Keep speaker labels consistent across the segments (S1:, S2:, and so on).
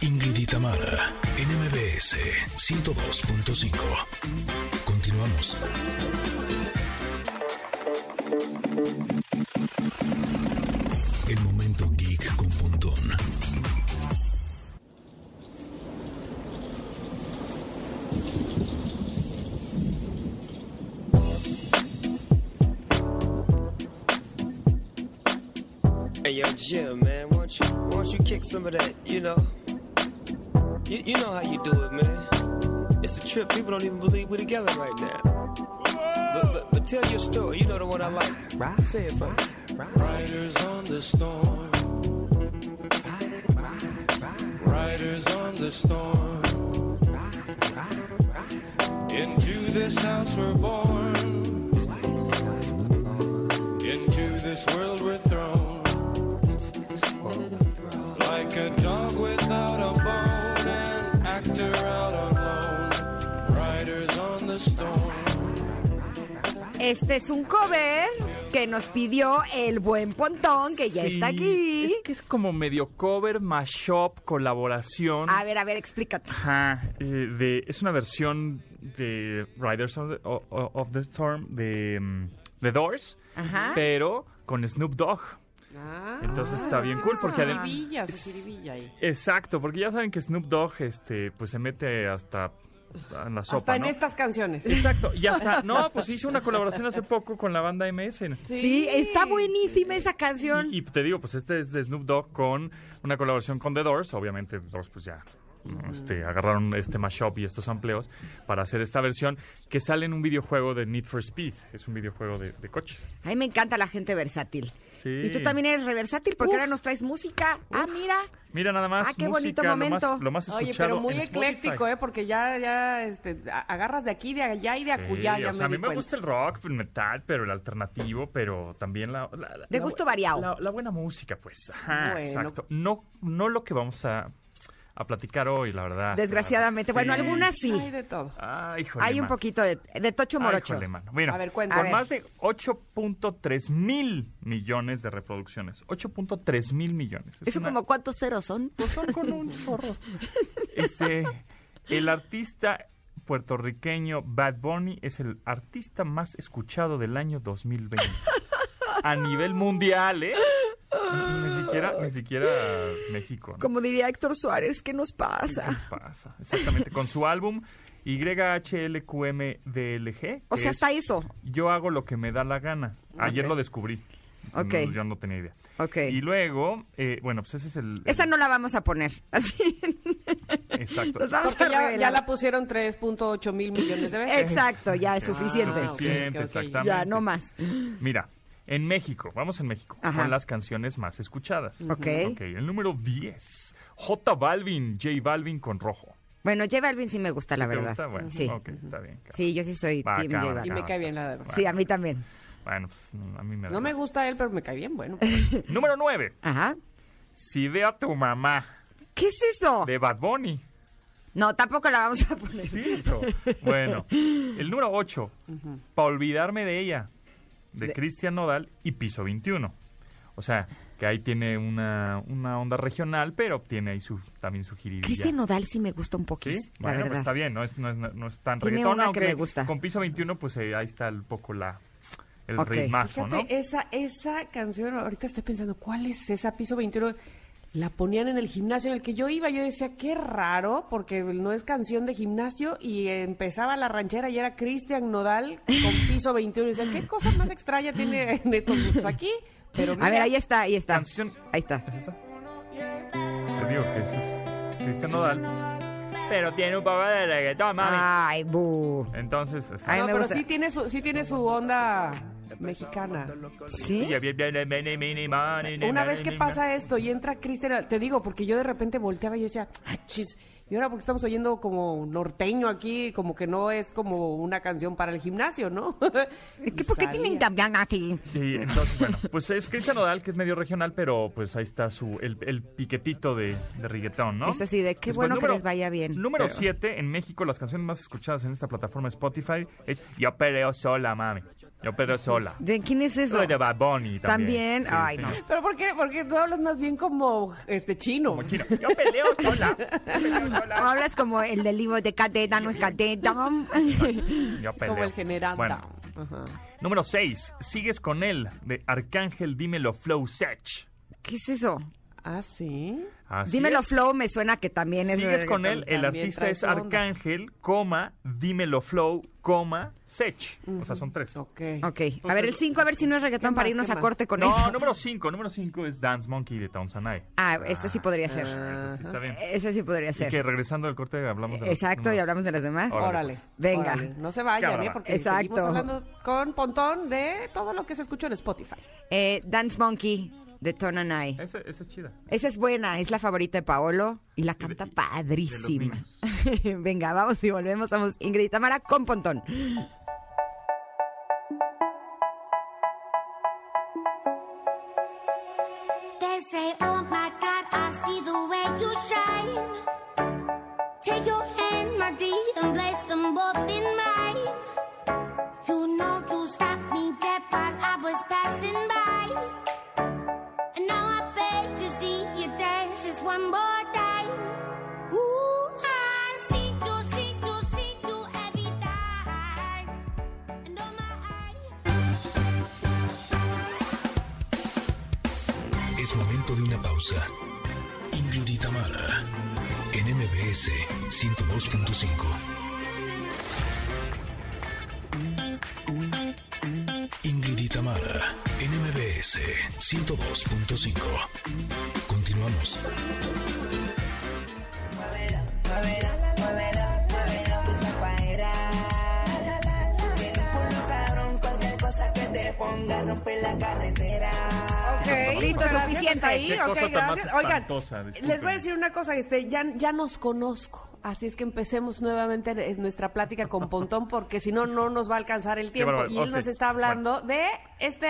S1: Ingrid y Tamara, en MBS 102.5. Continuamos. El momento geek con Pontón.
S2: Hey yo, Jim, man, won't you won't you kick some of that? You know, you, you know how you do it, man. It's a trip. People don't even believe we're together right now. But, but but tell your story. You know the one I like. Right. Say it, bro.
S3: Riders on the storm. Riders on the storm. Into this house we're born. Into this world we're thrown. Like a dog without a bone, an actor out on loan. Riders on the storm.
S4: Este es un cover que nos pidió el buen Pontón, que ya
S5: Sí,
S4: está aquí.
S5: Es que es como medio cover, mashup, colaboración.
S4: A ver, a ver, explícate.
S5: Ajá, eh, de, es una versión de Riders of the, o- o- of the Storm de mm, The Doors,
S4: Ajá. Ah.
S5: pero con Snoop Dogg. Entonces está bien cool porque adem-
S6: jiribilla, su jiribilla ahí.
S5: Exacto, porque ya saben que Snoop Dogg este, pues se mete hasta en la sopa.
S6: Hasta en
S5: ¿no?
S6: estas canciones.
S5: Exacto, ya está. No, pues hizo una colaboración hace poco con la banda MS.
S4: Sí, está buenísima esa canción.
S5: Y, y te digo, pues este es de Snoop Dogg con una colaboración con The Doors. Obviamente, The Doors, pues ya. ¿no? Este, agarraron este mashup y estos amplios para hacer esta versión que sale en un videojuego de Need for Speed. Es un videojuego de, de coches.
S4: A mí me encanta la gente versátil.
S5: Sí.
S4: Y tú también eres reversátil porque
S5: Uf.
S4: ahora nos traes música. Ah, mira.
S5: Mira nada más.
S4: Ah, qué bonito
S5: música, lo más-
S4: momento.
S5: Lo más,
S6: Oye,
S5: escuchado
S6: pero muy
S5: en Spotify.
S6: ecléctico, ¿eh? Porque ya, ya, este, a- agarras de aquí, de allá y de acullá,
S5: Sí,
S6: ya
S5: o sea,
S6: me
S5: a
S6: di
S5: mí me
S6: cuenta.
S5: gusta el rock, el metal, pero el alternativo, pero también la... la- la-
S4: De
S5: la
S4: gusto
S5: bu-
S4: variado.
S5: La, la buena música, pues. Ajá,
S6: Bueno.
S5: exacto. No, no lo que vamos a, a platicar hoy, la verdad.
S4: Desgraciadamente. Bueno,
S5: Sí.
S4: algunas sí.
S6: Hay de todo.
S5: Ah, híjole,
S4: Hay un
S5: man.
S4: poquito de, de tocho
S5: Ay,
S4: morocho.
S5: jole, mano. Bueno,
S6: A ver, cuenta.
S4: A
S5: Con
S4: ver.
S5: más de 8.3 mil millones de reproducciones. 8.3 mil millones. Es
S4: Eso
S5: una-
S4: como cuántos ceros son.
S5: Pues son con un zorro. Este, el artista puertorriqueño Bad Bunny es el artista más escuchado del año 2020. A nivel mundial, ¿eh? Ni siquiera, ni siquiera México. ¿no?
S4: Como diría Héctor Suárez, ¿qué nos
S5: ¿Qué nos
S4: pasa?
S5: pasa? Exactamente, con su álbum YHLQMDLG.
S4: O sea,
S5: que es
S4: hasta eso.
S5: Yo hago lo que me da la gana. Ayer lo descubrí.
S4: Ok.
S5: No, yo no tenía idea.
S4: Ok.
S5: Y luego, eh, bueno, pues ese es el...
S4: Esa no Pues la vamos a poner. Así.
S5: Exacto.
S4: Nos vamos
S6: Porque
S4: a
S6: ya,
S4: revelar.
S6: ya la pusieron 3.8 mil millones de veces.
S4: Exacto, ya es suficiente.
S6: Ah, ok,
S5: Suficiente,
S6: ok.
S5: exactamente.
S4: Ya, no más.
S5: Mira, en México, vamos en México,
S4: Ajá.
S5: con las canciones más escuchadas.
S4: Ok.
S5: Ok, el número 10, J Balvin, J Balvin con rojo.
S4: Bueno, J Balvin sí me gusta, la
S5: ¿Te
S4: verdad.
S5: gusta? Bueno,
S4: sí.
S5: ok, está bien. claro.
S4: sí, yo sí soy
S5: Va,
S4: Team
S5: acá,
S4: J
S5: va,
S6: Y
S4: Balvin.
S6: me cae bien, la verdad.
S4: Sí, a mí también.
S5: Bueno, pues, a mí me da
S6: No me
S5: igual.
S6: gusta él, pero me cae bien, bueno. pues.
S5: Número 9,
S4: Ajá.
S5: Si veo a tu mamá,
S4: ¿Qué es eso?
S5: de Bad Bunny.
S4: No, tampoco la vamos a poner.
S5: Sí, eso. Bueno, el número 8, Para olvidarme de ella, de,
S4: De-
S5: Cristian Nodal y Piso 21. O sea, que ahí tiene una, una onda regional, pero tiene ahí su, también su jiribilla.
S4: Cristian Nodal sí me gusta un poquito,
S5: Sí,
S4: la
S5: bueno, pues
S4: verdad.
S5: está bien, no es, no es, no es tan
S4: Tiene
S5: reggaetón,
S4: una que
S5: aunque
S4: me gusta.
S5: con piso 21, pues eh, ahí está un poco la, el
S4: Ok. eh.
S5: ritmazo,
S6: Fíjate,
S5: ¿no?
S6: esa, esa canción, ahorita estoy pensando, ¿cuál es esa piso 21? La ponían en el gimnasio en el que yo iba. Yo decía, qué raro, porque no es canción de gimnasio. Y empezaba la ranchera y era Cristian Nodal con piso 21. Y decía, qué cosa más extraña tiene en estos gustos aquí. Pero
S4: A ver, ahí
S6: mira,
S4: está, ahí está.
S5: Canción-
S4: Ahí está.
S5: ¿Es esa? Te digo que ese es, es Cristian Nodal, pero tiene un poco de reggaetón, mami.
S4: Ay, bu.
S5: Entonces, es-
S4: Ah. Ay,
S6: No,
S4: me
S6: pero
S4: gusta.
S6: sí tiene, su, sí tiene su onda mexicana.
S4: ¿Sí?
S6: Una vez que pasa esto y entra Cristian, te digo, porque yo de repente volteaba y decía, ah, chis, y ahora porque estamos oyendo como norteño aquí, como que no es como una canción para el gimnasio, ¿no?
S4: Es que ¿por qué tienen también así?
S5: Sí, entonces, bueno, pues es Cristian Nodal, que es medio regional, pero pues ahí está su el, el piquetito de, de reggaetón, ¿no?
S4: Es así de, qué bueno que les vaya bien,
S5: Número
S4: pero-
S5: 7, en México, las canciones más escuchadas en esta plataforma Spotify es Yo pereo sola, mami. No, pero sola.
S4: ¿De quién es eso?
S5: Soy de Bad Bunny también.
S4: También, ay, no.
S6: Pero ¿por qué? Porque tú hablas más bien como este chino.
S5: Como chino. Yo peleo sola. Yo peleo sola.
S4: Hablas como el del libro de Cateta, no es Cateta. mam.
S5: Yo peleo.
S6: Como el general.
S5: Bueno,
S6: Ajá.
S5: número 6. Sigues con él, de Arcángel Dímelo Flow Sech.
S4: ¿Qué es eso?
S6: Ah, sí.
S5: Así
S4: Dímelo
S5: es.
S4: Flow me suena que también es
S5: Sigues con él, el
S6: también
S5: artista
S6: trae
S5: es
S6: su onda.
S5: Arcángel, coma, Dímelo Flow, coma, Sech. O sea, son tres.
S6: Ok.
S4: Ok,
S5: Pues
S4: a ver el 5, a ver si no es reggaetón
S6: ¿Qué
S4: para
S6: más,
S4: irnos
S6: qué
S4: a
S6: más?
S4: corte con
S5: No,
S4: eso.
S5: número 5. Número 5 es Dance Monkey de Town Sanai.
S4: Ah, ese sí podría ser.
S5: Ah, Ese sí está bien.
S4: Ese sí podría
S5: Y que
S4: ser.
S5: regresando del corte hablamos de los
S4: Exacto, y
S5: números.
S4: hablamos de las demás.
S5: Órale,
S6: Órale.
S5: pues.
S4: Venga.
S6: órale. No se
S5: Cámara,
S6: vayan, ¿eh?
S5: va.
S6: Porque
S4: Exacto.
S6: seguimos hablando con Pontón de todo lo que se escuchó en Spotify.
S4: Eh, Dance Monkey de Ton and I.
S5: Esa, esa es chida.
S4: Esa es buena, es la favorita de Paolo y la canta padrísima. Venga, vamos y volvemos. Somos Ingrid y Tamara con Pontón.
S7: They say, oh my God, I see the way you shine. Take your hand, my dear, and place them both in mine. You know you stopped me dead while I was passing by. And now I beg to see you dance just one more time. Ooh, I see you, see you, see you every time. And oh my,
S1: Es momento de una pausa. Ingrid y Tamara en MBS 102.5. Ingrid y Tamara en MBS 102.5. Continuamos.
S6: Ok,
S4: Listo,
S6: gracias
S4: suficiente.
S6: hasta ahí,
S5: Qué
S6: ok,
S5: cosa tan más
S6: gracias. Oigan,
S5: espantosa, disculpen.
S6: les voy a decir una cosa, este, ya, ya nos conozco. Así es que empecemos nuevamente es nuestra plática con Pontón, porque si no, no nos va a alcanzar el tiempo.
S5: bárbaro,
S6: y él
S5: ok,
S6: nos está hablando de este,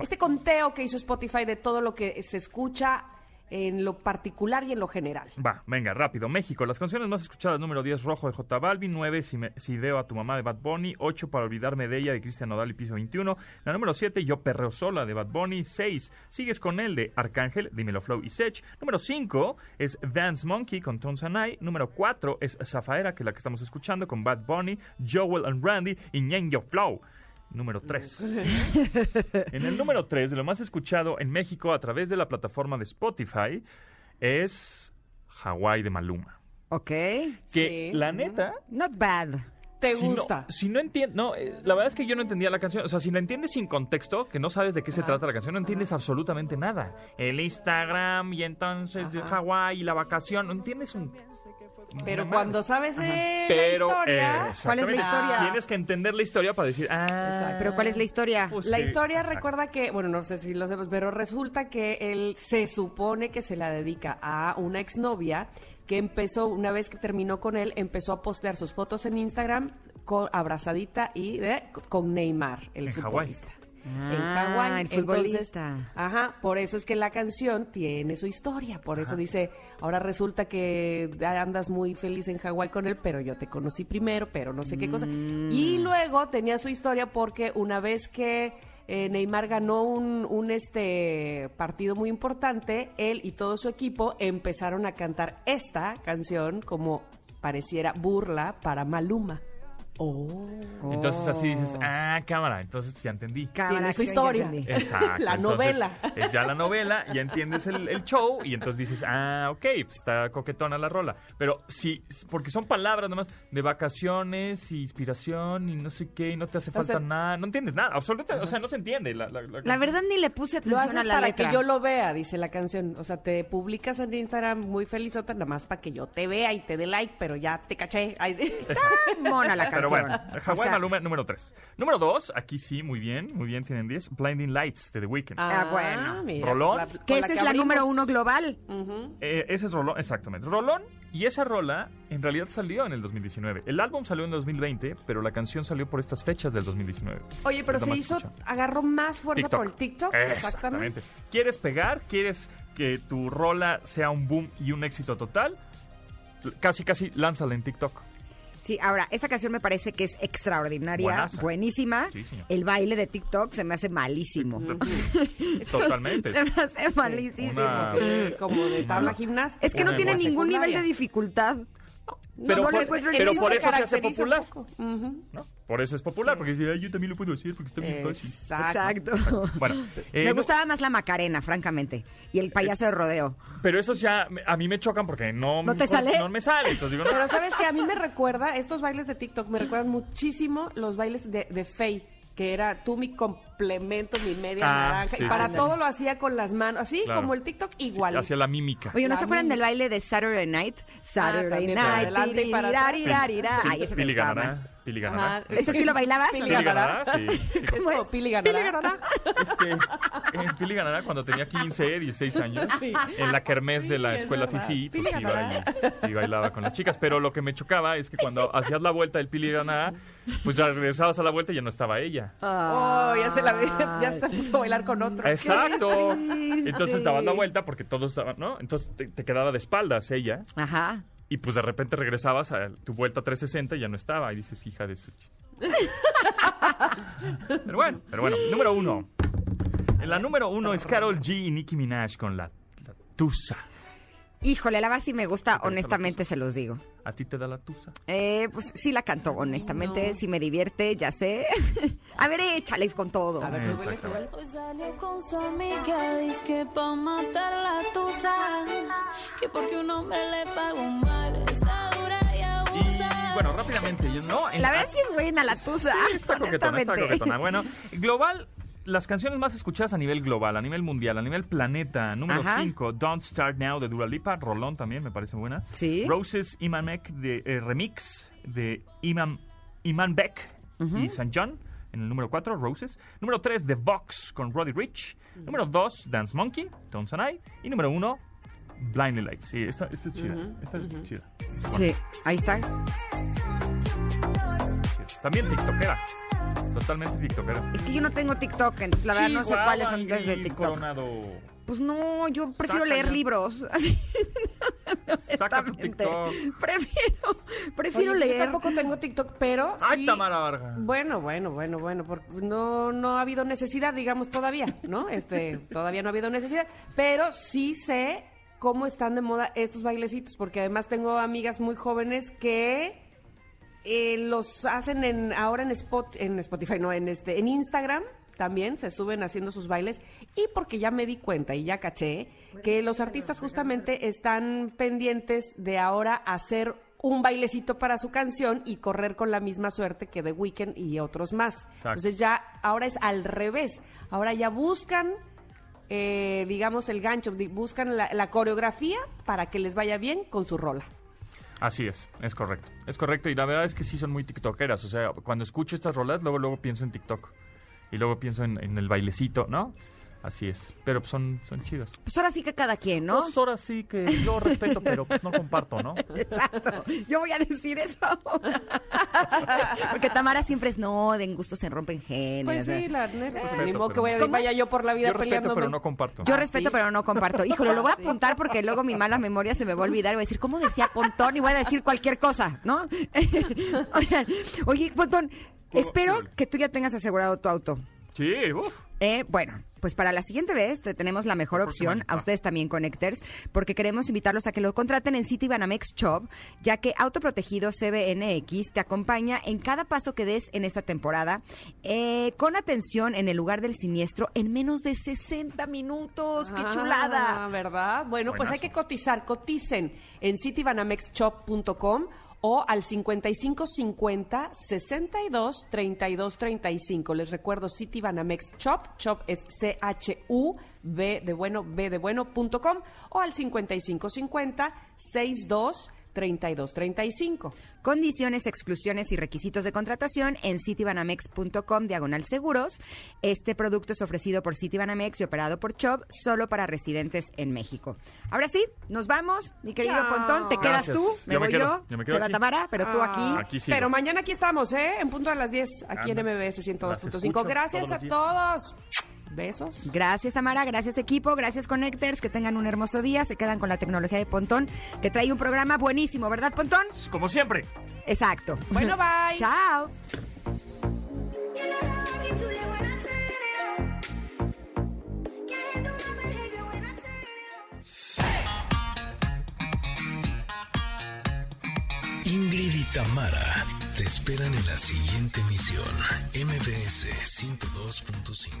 S6: este conteo que hizo Spotify de todo lo que se escucha en lo particular y en lo general.
S5: Va, venga, rápido. México, las canciones más escuchadas, número 10, Rojo de J Balvin, 9, si, me- si veo a tu mamá de Bad Bunny, 8, Para olvidarme de ella de Cristian Nodal y Piso 21, la número 7, Yo perreo sola de Bad Bunny, 6, Sigues con él de Arcángel, Dímelo Flow y Sech, número 5 es Dance Monkey con Tom Sanai, número 4 es Zafaera, que es la que estamos escuchando con Bad Bunny, Joel and Randy y Ñengo Flow. Número 3. en el número 3, de lo más escuchado en México a través de la plataforma de Spotify, es Hawái de Maluma.
S4: Ok.
S5: Que
S6: Sí.
S5: la neta.
S4: Not bad.
S6: ¿Te
S5: si no-
S6: gusta?
S5: si no entiendes. No, eh, la verdad es que yo no entendía la canción. O sea, si la entiendes sin contexto, que no sabes de qué se trata la canción, no entiendes absolutamente nada. El Instagram y entonces de Hawái y la vacación. No entiendes un.
S6: Pero
S5: una
S6: cuando
S5: madre.
S6: sabes eh,
S5: Pero,
S6: la historia,
S5: eh,
S4: ¿Cuál es la
S5: exactamente.
S4: historia?
S5: Tienes que entender la historia para decir. Ah,
S4: Pero ¿cuál es la historia?
S5: pues
S6: La
S5: que-
S6: historia
S5: exacto.
S6: recuerda que, bueno, no sé si lo sabemos, pero resulta que él se supone que se la dedica a una exnovia que empezó, una vez que terminó con él, empezó a postear sus fotos en Instagram con, abrazadita y de- con Neymar, el
S5: En Hawái. Mm.
S6: futbolista.
S4: Ah,
S6: en Hawái.
S4: el
S6: Entonces,
S4: futbolista.
S6: ajá, por eso es que la canción tiene su historia. Por eso dice, ahora resulta que andas muy feliz en Hawái con él, pero yo te conocí primero, pero no sé qué cosa.
S4: Mm.
S6: Y luego tenía su historia porque una vez que eh, Neymar ganó un, un, este partido muy importante, él y todo su equipo empezaron a cantar esta canción como pareciera burla para Maluma. Oh.
S5: Entonces así dices,
S4: Oh.
S5: ah, cámara. Entonces pues, ya entendí.
S4: Cámara,
S6: Tiene su
S4: acción, ya
S6: historia.
S4: entendí.
S5: Exacto.
S6: La
S5: entonces,
S6: novela.
S5: Es ya la novela, ya entiendes el, el show y entonces dices, ah, ok, pues está coquetona la rola. Pero sí, porque son palabras nomás de vacaciones, y inspiración y no sé qué, y no te hace falta
S6: sea-
S5: nada, no entiendes nada, absolutamente, o sea, no se entiende. La, la- la-
S4: La verdad ni le puse
S6: Lo
S4: atención a
S6: haces
S4: la
S6: para
S4: letra.
S6: que yo lo vea, dice la canción. O sea, te publicas en Instagram muy felizota, nada más para que yo te vea y te dé like, pero ya te caché. Ay, sí.
S5: Exacto.
S4: Mona la canción.
S5: Pero bueno, Hawái
S4: O sea,
S5: Maluma número 3. Número 2, aquí sí, muy bien, muy bien, tienen 10. Blinding Lights de The Weeknd.
S4: Ah, bueno.
S6: mira,
S5: Rolón.
S6: pues con
S4: Que esa es la
S6: abrimos.
S4: número uno global.
S6: Ujú.
S5: Eh, ese es Rolón, exactamente. Rolón y esa rola en realidad salió en el 2019. El álbum salió en 2020, pero la canción salió por estas fechas del 2019.
S6: Oye, pero
S5: Es lo
S6: se
S5: más
S6: hizo,
S5: escuchado.
S6: agarró más fuerza por el TikTok.
S5: Exactamente. ¿Quieres pegar? ¿Quieres que tu rola sea un boom y un éxito total? Casi, casi lánzala en TikTok.
S4: Sí, ahora, esta canción me parece que es extraordinaria,
S5: Buenaza.
S4: buenísima.
S5: Sí, señor.
S4: El baile de TikTok se me hace malísimo.
S5: Totalmente.
S4: se me hace malísimo.
S5: Una-
S6: Sí, como de tabla
S5: Una-
S6: gimnástica.
S4: Es que
S5: Una
S4: no tiene
S5: igual.
S4: ningún nivel de
S6: Secundaria.
S4: dificultad. no
S5: Pero
S4: le
S5: por-
S4: encuentro el
S5: pero
S4: mismo
S5: por eso se hace
S6: caracteriza un
S5: popular.
S6: poco. Ujú.
S5: ¿no? Por eso es popular, porque dice, "Ay, yo también lo puedo hacer porque está bien fácil.
S6: Exacto.
S4: Exacto.
S5: Bueno, eh,
S4: me
S5: no-
S4: gustaba más la Macarena, francamente, y el payaso de rodeo.
S5: pero esos ya me- a mí me chocan porque no,
S4: ¿No te
S5: me-
S4: sale?
S5: no me sale. Entonces digo, no.
S6: Pero sabes que a mí me recuerda, estos bailes de TikTok me recuerdan muchísimo los bailes de, de Faye, que era tú mi complemento, mi media
S5: Ah,
S6: naranja.
S5: sí,
S6: y para
S5: sí, sí.
S6: todo lo hacía con las manos, así
S5: Claro.
S6: como el TikTok
S5: Sí,
S6: igual.
S5: Hacia la mímica.
S4: Oye, ¿no
S6: La
S4: se acuerdan
S6: mía.
S4: del baile de Saturday Night? Saturday
S6: también, para
S4: Night.
S6: adelante y para atrás.
S4: tiriririrarira. Ay, ese me
S5: Pili
S4: gustaba
S5: ganará.
S4: más.
S5: Pili
S6: Ajá.
S5: ganará.
S4: ¿Ese sí lo bailabas?
S6: Pili
S5: Pili
S6: ganará.
S5: ganará, sí. sí.
S6: Es como Pili ganará.
S5: Este, eh, Pili ganará cuando tenía 15, 16 años en la kermés de la
S6: Sí, es
S5: escuela
S6: verdad.
S5: Fifi, pues
S6: Pili
S5: iba y, y bailaba con las chicas. Pero lo que me chocaba es que cuando hacías la vuelta del Pili ganará, pues ya regresabas a la vuelta y ya no estaba ella.
S4: Ah,
S6: Oh, ya se la vi- ya se puso a bailar con otro.
S5: Exacto.
S4: triste.
S5: Entonces dabas la vuelta porque todos daban, ¿no? Entonces te, te quedaba de espaldas ella
S4: Ajá.
S5: y pues de repente regresabas a tu vuelta 360 y ya no estaba. Y dices, hija de sushi. pero bueno, pero bueno, número uno. En la número uno es Carol G y Nicki Minaj con la, la tusa.
S4: Híjole, la base me gusta,
S5: la
S4: honestamente se los digo.
S5: ¿A ti te da la tusa?
S4: Eh, pues sí la canto, honestamente, sí me divierte, ya sé. A ver, échale con todo.
S6: A ver, súbele,
S5: Exacto.
S6: súbele.
S8: Hoy salió Pues con su amiga, dice que pa' matar la tusa, que porque un hombre le pagó mal, está dura y abusa.
S5: Y bueno, rápidamente, yo no. en-
S4: La verdad sí es buena la tusa.
S5: Ah, Está coquetona, está
S4: honestamente.
S5: coquetona. Bueno, global, las canciones más escuchadas a nivel global, a nivel mundial, a nivel planeta. Número
S4: Ajá.
S5: 5, Don't Start Now de Dua Lipa. Rolón también me parece buena.
S4: Sí.
S5: Roses Imanek de eh, Remix de Iman, Iman Beck y San John. En el número 4, Roses. Número 3, The Vox con Roddy Rich.
S4: Mm.
S5: Número 2, Dance Monkey, Tones and I. Y número 1, Blindly Lights. Sí, esta, esta es chida. Esta es chida.
S4: Sí, ahí está.
S5: También TikTokera. Totalmente TikTokera.
S4: Es que yo no tengo TikTok, entonces la verdad no sé
S5: Chihuahua,
S4: cuáles son las de
S5: Ingrid
S4: TikTok.
S5: Coronado.
S4: Pues no, yo prefiero
S5: Saca
S4: leer
S5: ya.
S4: libros. Así,
S5: Saca tu
S4: honestamente.
S5: TikTok.
S4: Prefiero, prefiero
S6: Oye, Yo
S4: leer.
S6: tampoco tengo TikTok, pero
S5: Ay,
S6: sí-
S5: Tamara Vargas.
S6: Bueno, bueno, bueno, bueno, porque no, no ha habido necesidad, digamos, todavía, ¿no? Este, todavía no ha habido necesidad, pero sí sé cómo están de moda estos bailecitos, porque además tengo amigas muy jóvenes que eh, los hacen en, ahora en Spot, en Spotify, no, en este, en Instagram también se suben haciendo sus bailes y porque ya me di cuenta y ya caché que los artistas justamente están pendientes de ahora hacer un bailecito para su canción y correr con la misma suerte que The Weeknd y otros más.
S5: Exacto.
S6: Entonces ya ahora es al revés, ahora ya buscan eh, digamos el gancho, di- buscan la, la coreografía para que les vaya bien con su rola.
S5: Así es, es correcto. Es correcto y la verdad es que sí son muy tiktokeras. O sea, cuando escucho estas rolas, luego, luego pienso en TikTok. Y luego pienso en, en el bailecito, ¿no? Así es. Pero pues, son, son chidas.
S4: Pues ahora sí que cada quien, ¿no?
S5: Pues ahora sí que yo respeto, pero pues no comparto, ¿no?
S4: Exacto. Yo voy a decir eso ahora. Porque Tamara siempre es no, de en gusto se rompen géneros.
S6: Pues sí, la neta.
S5: Respeto,
S6: ni modo que
S5: pero-
S6: voy a
S5: ¿Cómo
S6: vaya yo por la vida
S5: Yo respeto,
S6: peleándome.
S5: pero no comparto.
S4: Yo
S6: Ah,
S4: respeto,
S6: ¿sí?
S4: pero no comparto. Híjole, lo voy a
S6: Sí.
S4: apuntar porque luego mi mala memoria se me va a olvidar y voy a decir, ¿cómo decía Pontón? Y voy a decir cualquier cosa, ¿no? Oigan, Oye, Pontón,
S5: Puedo-
S4: espero
S5: híjole.
S4: que tú ya tengas asegurado tu auto.
S5: Sí, uff.
S4: Eh, bueno, pues para la siguiente vez te tenemos la mejor
S5: La
S4: opción,
S5: próxima.
S4: a ustedes también Connectors, porque queremos invitarlos a que lo contraten en City Banamex Shop, ya que Autoprotegido CBNX te acompaña en cada paso que des en esta temporada, eh, con atención en el lugar del siniestro en menos de 60 minutos. ¡Qué
S6: Ah,
S4: chulada!
S6: ¿Verdad? Bueno, pues
S5: Buenazo.
S6: hay que cotizar. Coticen en citibanamexshop.com o al 5550 62 32 35. Les recuerdo Citibanamex Shop. Shop es C H U B de bueno B de bueno.com o al 5550 62 32 35.
S4: Condiciones, exclusiones y requisitos de contratación en citibanamex.com diagonal seguros. Este producto es ofrecido por Citibanamex y operado por Chubb solo para residentes en México. Ahora sí, nos vamos, mi querido
S6: Ya.
S4: Pontón. Te quedas
S5: Gracias.
S4: tú,
S5: Yo
S4: me
S5: me
S4: voy
S5: quedo,
S4: yo,
S5: yo me quedo
S4: se va
S5: aquí.
S4: Tamara, pero tú
S6: Ah.
S4: aquí.
S5: Aquí sigo.
S6: Pero mañana aquí estamos, ¿eh? En punto a las 10, aquí en
S5: Anda. Las
S6: MBS
S5: escucho
S6: 102.5. Gracias
S5: todos los
S6: a
S5: días.
S6: todos. Besos.
S4: Gracias, Tamara. Gracias, equipo. Gracias, Connectors. Que tengan un hermoso día. Se quedan con la tecnología de Pontón, que trae un programa buenísimo, ¿verdad, Pontón?
S5: Como siempre.
S4: Exacto.
S6: Bueno, bye.
S4: Chao.
S7: You know how I get to live when I turn it up. Can't handle my behavior when I turn it up.
S1: Ingrid y Tamara te esperan en la siguiente emisión. MBS 102.5.